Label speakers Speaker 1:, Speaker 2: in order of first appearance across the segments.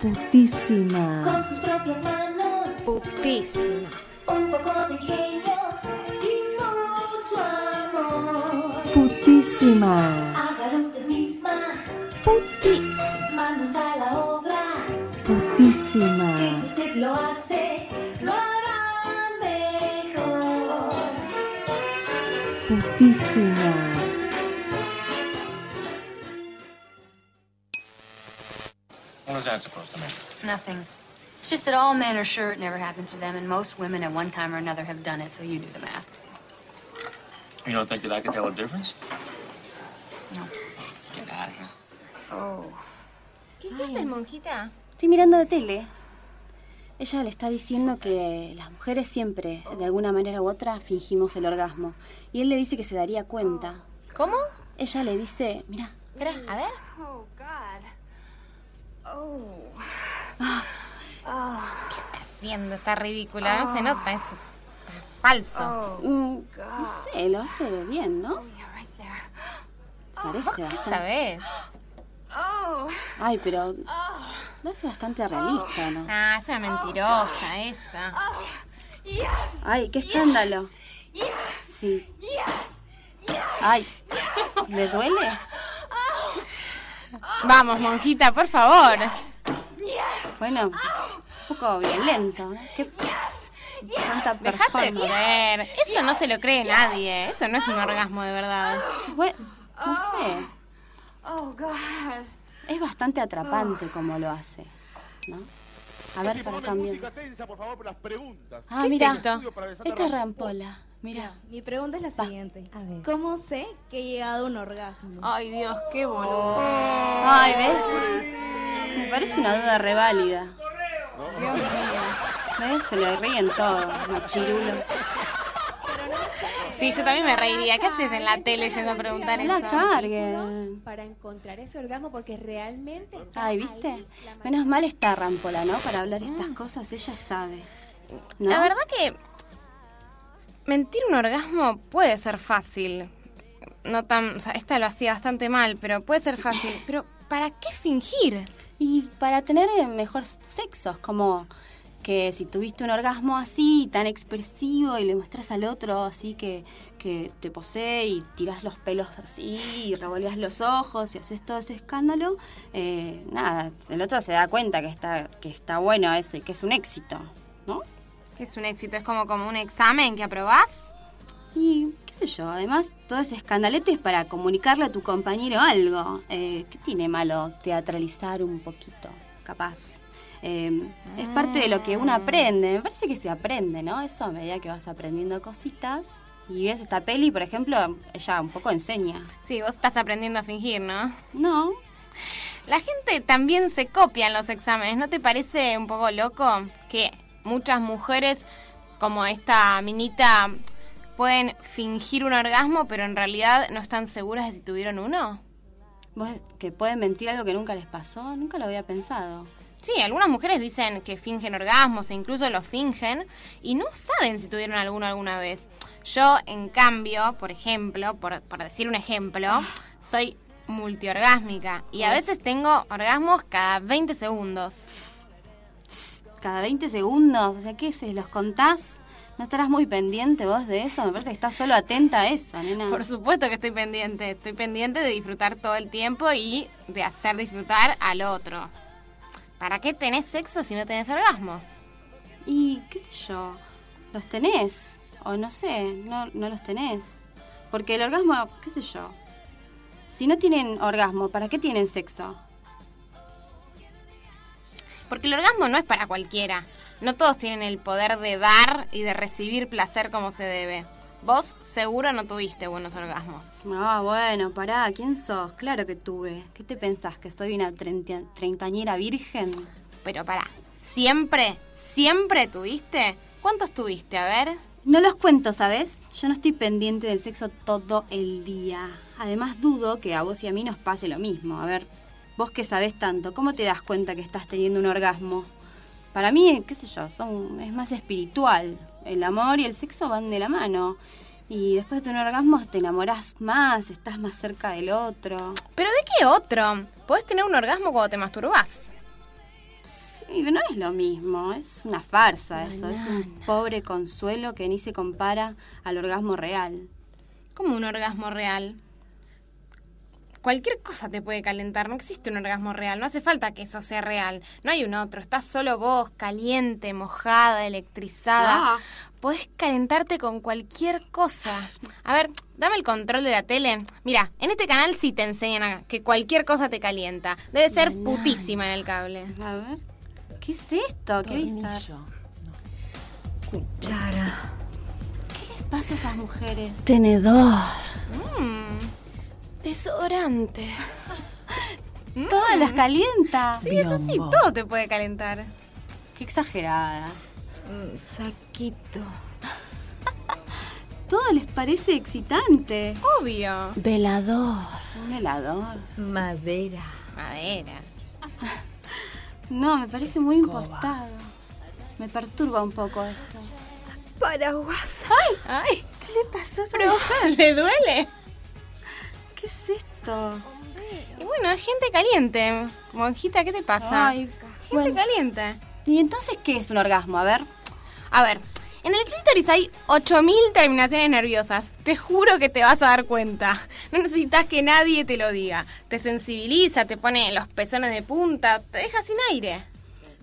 Speaker 1: Putísima.
Speaker 2: con sus propias manos.
Speaker 3: Putísima.
Speaker 2: Un poco de ingenio y mucho amor.
Speaker 1: Putísima.
Speaker 2: Hágalo usted misma,
Speaker 3: Putísima.
Speaker 2: manos a la obra. Que si
Speaker 1: Putísima.
Speaker 2: usted lo hace, lo hará mejor.
Speaker 1: Putísima.
Speaker 4: What was that supposed to mean?
Speaker 5: Nothing. It's just that all men are sure it never happened to them, and most women at one time or another have done it, so you do the math.
Speaker 4: You don't think that I could tell a difference?
Speaker 5: No.
Speaker 4: Get out of here.
Speaker 5: Oh.
Speaker 3: ¿Qué dices, monjita?
Speaker 6: Estoy mirando la tele. Ella le está diciendo que las mujeres siempre, de alguna manera u otra, fingimos el orgasmo. Y él le dice que se daría cuenta.
Speaker 3: ¿Cómo?
Speaker 6: Ella le dice, mira,
Speaker 3: Espera, a ver.
Speaker 5: Oh, God. Oh.
Speaker 6: Ah.
Speaker 5: Ah.
Speaker 3: Está haciendo, está ridícula. Se nota, eso es está falso.
Speaker 5: Oh.
Speaker 6: mm, no sé, lo hace bien, ¿no?
Speaker 5: Yeah, right there.
Speaker 6: Parece
Speaker 3: ¿Qué
Speaker 6: bastante...
Speaker 3: sabes?
Speaker 5: Oh.
Speaker 6: Ay, pero lo hace bastante realista, ¿no?
Speaker 3: Ah, es una mentirosa esta.
Speaker 5: Yes.
Speaker 6: Ay, qué escándalo.
Speaker 5: Yes.
Speaker 6: Sí.
Speaker 5: Yes.
Speaker 6: Ay, ¿le duele?
Speaker 3: Vamos, monjita, por favor.
Speaker 6: Bueno, es un poco violento, ¿no? Qué tanta
Speaker 3: Dejate de
Speaker 6: performance.
Speaker 3: joder. Eso no se lo cree nadie. ¿eh? Eso no es un orgasmo de verdad.
Speaker 6: Bueno, no sé.
Speaker 5: Oh, God.
Speaker 6: Es bastante atrapante como lo hace, ¿no? A ver, para cambiar.
Speaker 7: tensa, por favor, por las preguntas.
Speaker 6: Ah,
Speaker 3: ¿Qué es
Speaker 6: mira.
Speaker 3: esto?
Speaker 6: Esto es Rampola. Mira.
Speaker 8: Mi pregunta es la siguiente. ¿Cómo sé que he llegado a un orgasmo?
Speaker 3: Ay, Dios, qué boludo.
Speaker 6: Ay, ¿ves? Me parece una duda reválida.
Speaker 8: Dios mío.
Speaker 6: ¿Ves? Se le ríen todos, los chirulos.
Speaker 3: Sí, yo también me reiría. ¿Qué haces en la tele yendo a preguntar
Speaker 6: No la
Speaker 3: eso?
Speaker 6: carguen.
Speaker 8: Para encontrar ese orgasmo, porque realmente está
Speaker 6: Ay,
Speaker 8: ahí
Speaker 6: ¿viste?
Speaker 8: la ma-
Speaker 6: Menos mal está Rampola, ¿no? Para hablar estas cosas, ella sabe. ¿No?
Speaker 3: La verdad que mentir un orgasmo puede ser fácil. No tan, o sea, esta lo hacía bastante mal, pero puede ser fácil. Pero ¿para qué fingir?
Speaker 6: Y para tener eh, mejor sexo, es como que si tuviste un orgasmo así, tan expresivo, y le mostrás al otro así que, que te posee y tirás los pelos así, y revoleás los ojos y haces todo ese escándalo, eh, nada, el otro se da cuenta que está, que está bueno eso y que es un éxito, ¿no?
Speaker 3: Que es un éxito, es como, como un examen que aprobás.
Speaker 6: Y qué sé yo, además todo ese escandalete es para comunicarle a tu compañero algo. Eh, ¿Qué tiene malo teatralizar un poquito? Capaz. Eh, es parte de lo que uno aprende. Me parece que se aprende, ¿no? Eso a medida que vas aprendiendo cositas. Y ves esta peli, por ejemplo, ella un poco enseña.
Speaker 3: Sí, vos estás aprendiendo a fingir, ¿no?
Speaker 6: No,
Speaker 3: La gente también se copia en los exámenes, ¿no te parece un poco loco que muchas mujeres, como esta minita, pueden fingir un orgasmo, pero en realidad no están seguras de si tuvieron uno?
Speaker 6: vos que pueden mentir algo que nunca les pasó, nunca lo había pensado.
Speaker 3: Sí, algunas mujeres dicen que fingen orgasmos e incluso los fingen y no saben si tuvieron alguno alguna vez. Yo, en cambio, por ejemplo, por, por decir un ejemplo, soy multiorgásmica y a veces tengo orgasmos cada 20 segundos.
Speaker 6: cada 20 segundos, o sea, ¿qué se los contás? ¿No estarás muy pendiente vos de eso? Me parece que estás solo atenta a eso, nena.
Speaker 3: Por supuesto que estoy pendiente, estoy pendiente de disfrutar todo el tiempo y de hacer disfrutar al otro. ¿Para qué tenés sexo si no tenés orgasmos?
Speaker 6: Y qué sé yo, ¿los tenés? O no sé, no, no los tenés. Porque el orgasmo, qué sé yo. Si no tienen orgasmo, ¿para qué tienen sexo?
Speaker 3: Porque el orgasmo no es para cualquiera. No todos tienen el poder de dar y de recibir placer como se debe. Vos seguro no tuviste buenos orgasmos.
Speaker 6: Ah, bueno, pará, ¿quién sos? Claro que tuve. ¿Qué te pensás? ¿Que soy una treinta- treintañera virgen?
Speaker 3: Pero para, ¿siempre, siempre tuviste? ¿Cuántos tuviste? A ver.
Speaker 6: No los cuento, ¿sabes? Yo no estoy pendiente del sexo todo el día. Además, dudo que a vos y a mí nos pase lo mismo. A ver, vos que sabés tanto, ¿cómo te das cuenta que estás teniendo un orgasmo? Para mí, qué sé yo, son, es más espiritual. El amor y el sexo van de la mano. Y después de un orgasmo te enamorás más, estás más cerca del otro.
Speaker 3: ¿Pero de qué otro? Podés tener un orgasmo cuando te masturbás.
Speaker 6: Y no es lo mismo, es una farsa eso, es un pobre consuelo que ni se compara al orgasmo real.
Speaker 3: Como un orgasmo real. Cualquier cosa te puede calentar, no existe un orgasmo real, no hace falta que eso sea real, no hay un otro, estás solo vos, caliente, mojada, electrizada.
Speaker 6: Ah.
Speaker 3: Podés calentarte con cualquier cosa. A ver, dame el control de la tele. Mira, en este canal sí te enseñan a- que cualquier cosa te calienta. Debe ser putísima en el cable.
Speaker 6: A ver, ¿qué es esto? ¿Qué bizarro.
Speaker 1: Tornillo.
Speaker 5: Cuchara.
Speaker 6: ¿Qué les pasa a esas mujeres?
Speaker 1: Tenedor.
Speaker 3: Desodorante.
Speaker 6: Todas las calienta.
Speaker 3: Sí, eso sí,
Speaker 1: Biombo.
Speaker 3: todo te puede calentar.
Speaker 6: Qué exagerada.
Speaker 5: Saquito.
Speaker 6: Todo les parece excitante.
Speaker 3: Obvio.
Speaker 1: Velador.
Speaker 6: Un helador.
Speaker 5: Madera.
Speaker 3: Madera.
Speaker 6: No, me parece muy impostado. Me perturba un poco esto.
Speaker 5: Paraguas.
Speaker 3: Ay,
Speaker 6: ¿Qué le pasó a esa
Speaker 3: pero le duele.
Speaker 6: mujer? ¿Qué es esto?
Speaker 3: Y bueno, es gente caliente. Monjita, ¿qué te pasa?
Speaker 6: Ay,
Speaker 3: gente
Speaker 6: bueno.
Speaker 3: caliente.
Speaker 6: ¿Y entonces qué es un orgasmo? A ver.
Speaker 3: A ver, en el clítoris hay 8000 terminaciones nerviosas. Te juro que te vas a dar cuenta. No necesitas que nadie te lo diga. Te sensibiliza, te pone los pezones de punta, te deja sin aire.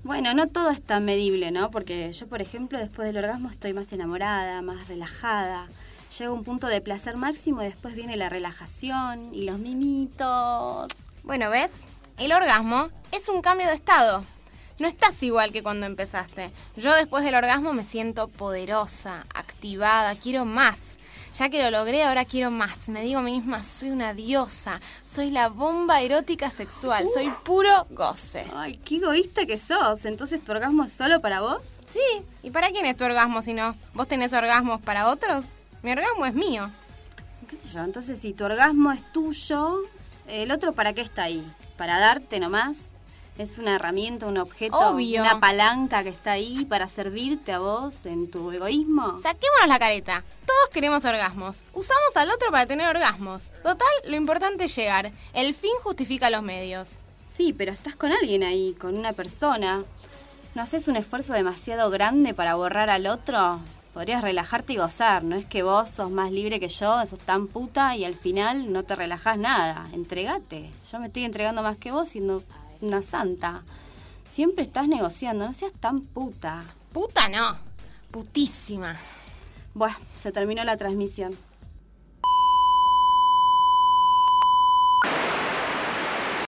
Speaker 6: Bueno, no todo es tan medible, ¿no? Porque yo, por ejemplo, después del orgasmo estoy más enamorada, más relajada. Llego a un punto de placer máximo y después viene la relajación y los mimitos.
Speaker 3: Bueno, ¿ves? El orgasmo es un cambio de estado. No estás igual que cuando empezaste. Yo después del orgasmo me siento poderosa, activada, quiero más. Ya que lo logré, ahora quiero más. Me digo a mí misma, soy una diosa, soy la bomba erótica sexual, soy puro goce.
Speaker 6: Ay, qué egoísta que sos. Entonces, ¿tu orgasmo es solo para vos?
Speaker 3: Sí, ¿y para quién es tu orgasmo si no? ¿Vos tenés orgasmos para otros? Mi orgasmo es mío.
Speaker 6: ¿Qué sé yo? Entonces, si tu orgasmo es tuyo, ¿el otro para qué está ahí? ¿Para darte nomás? ¿Es una herramienta, un objeto,
Speaker 3: Obvio.
Speaker 6: una palanca que está ahí para servirte a vos en tu egoísmo?
Speaker 3: Saquémonos la careta. Todos queremos orgasmos. Usamos al otro para tener orgasmos. Total, lo importante es llegar. El fin justifica los medios.
Speaker 6: Sí, pero estás con alguien ahí, con una persona. ¿No haces un esfuerzo demasiado grande para borrar al otro? Podrías relajarte y gozar, no es que vos sos más libre que yo, sos tan puta y al final no te relajás nada. Entregate. Yo me estoy entregando más que vos siendo una santa. Siempre estás negociando, no seas tan puta.
Speaker 3: Puta no. Putísima.
Speaker 6: Buah, se terminó la transmisión.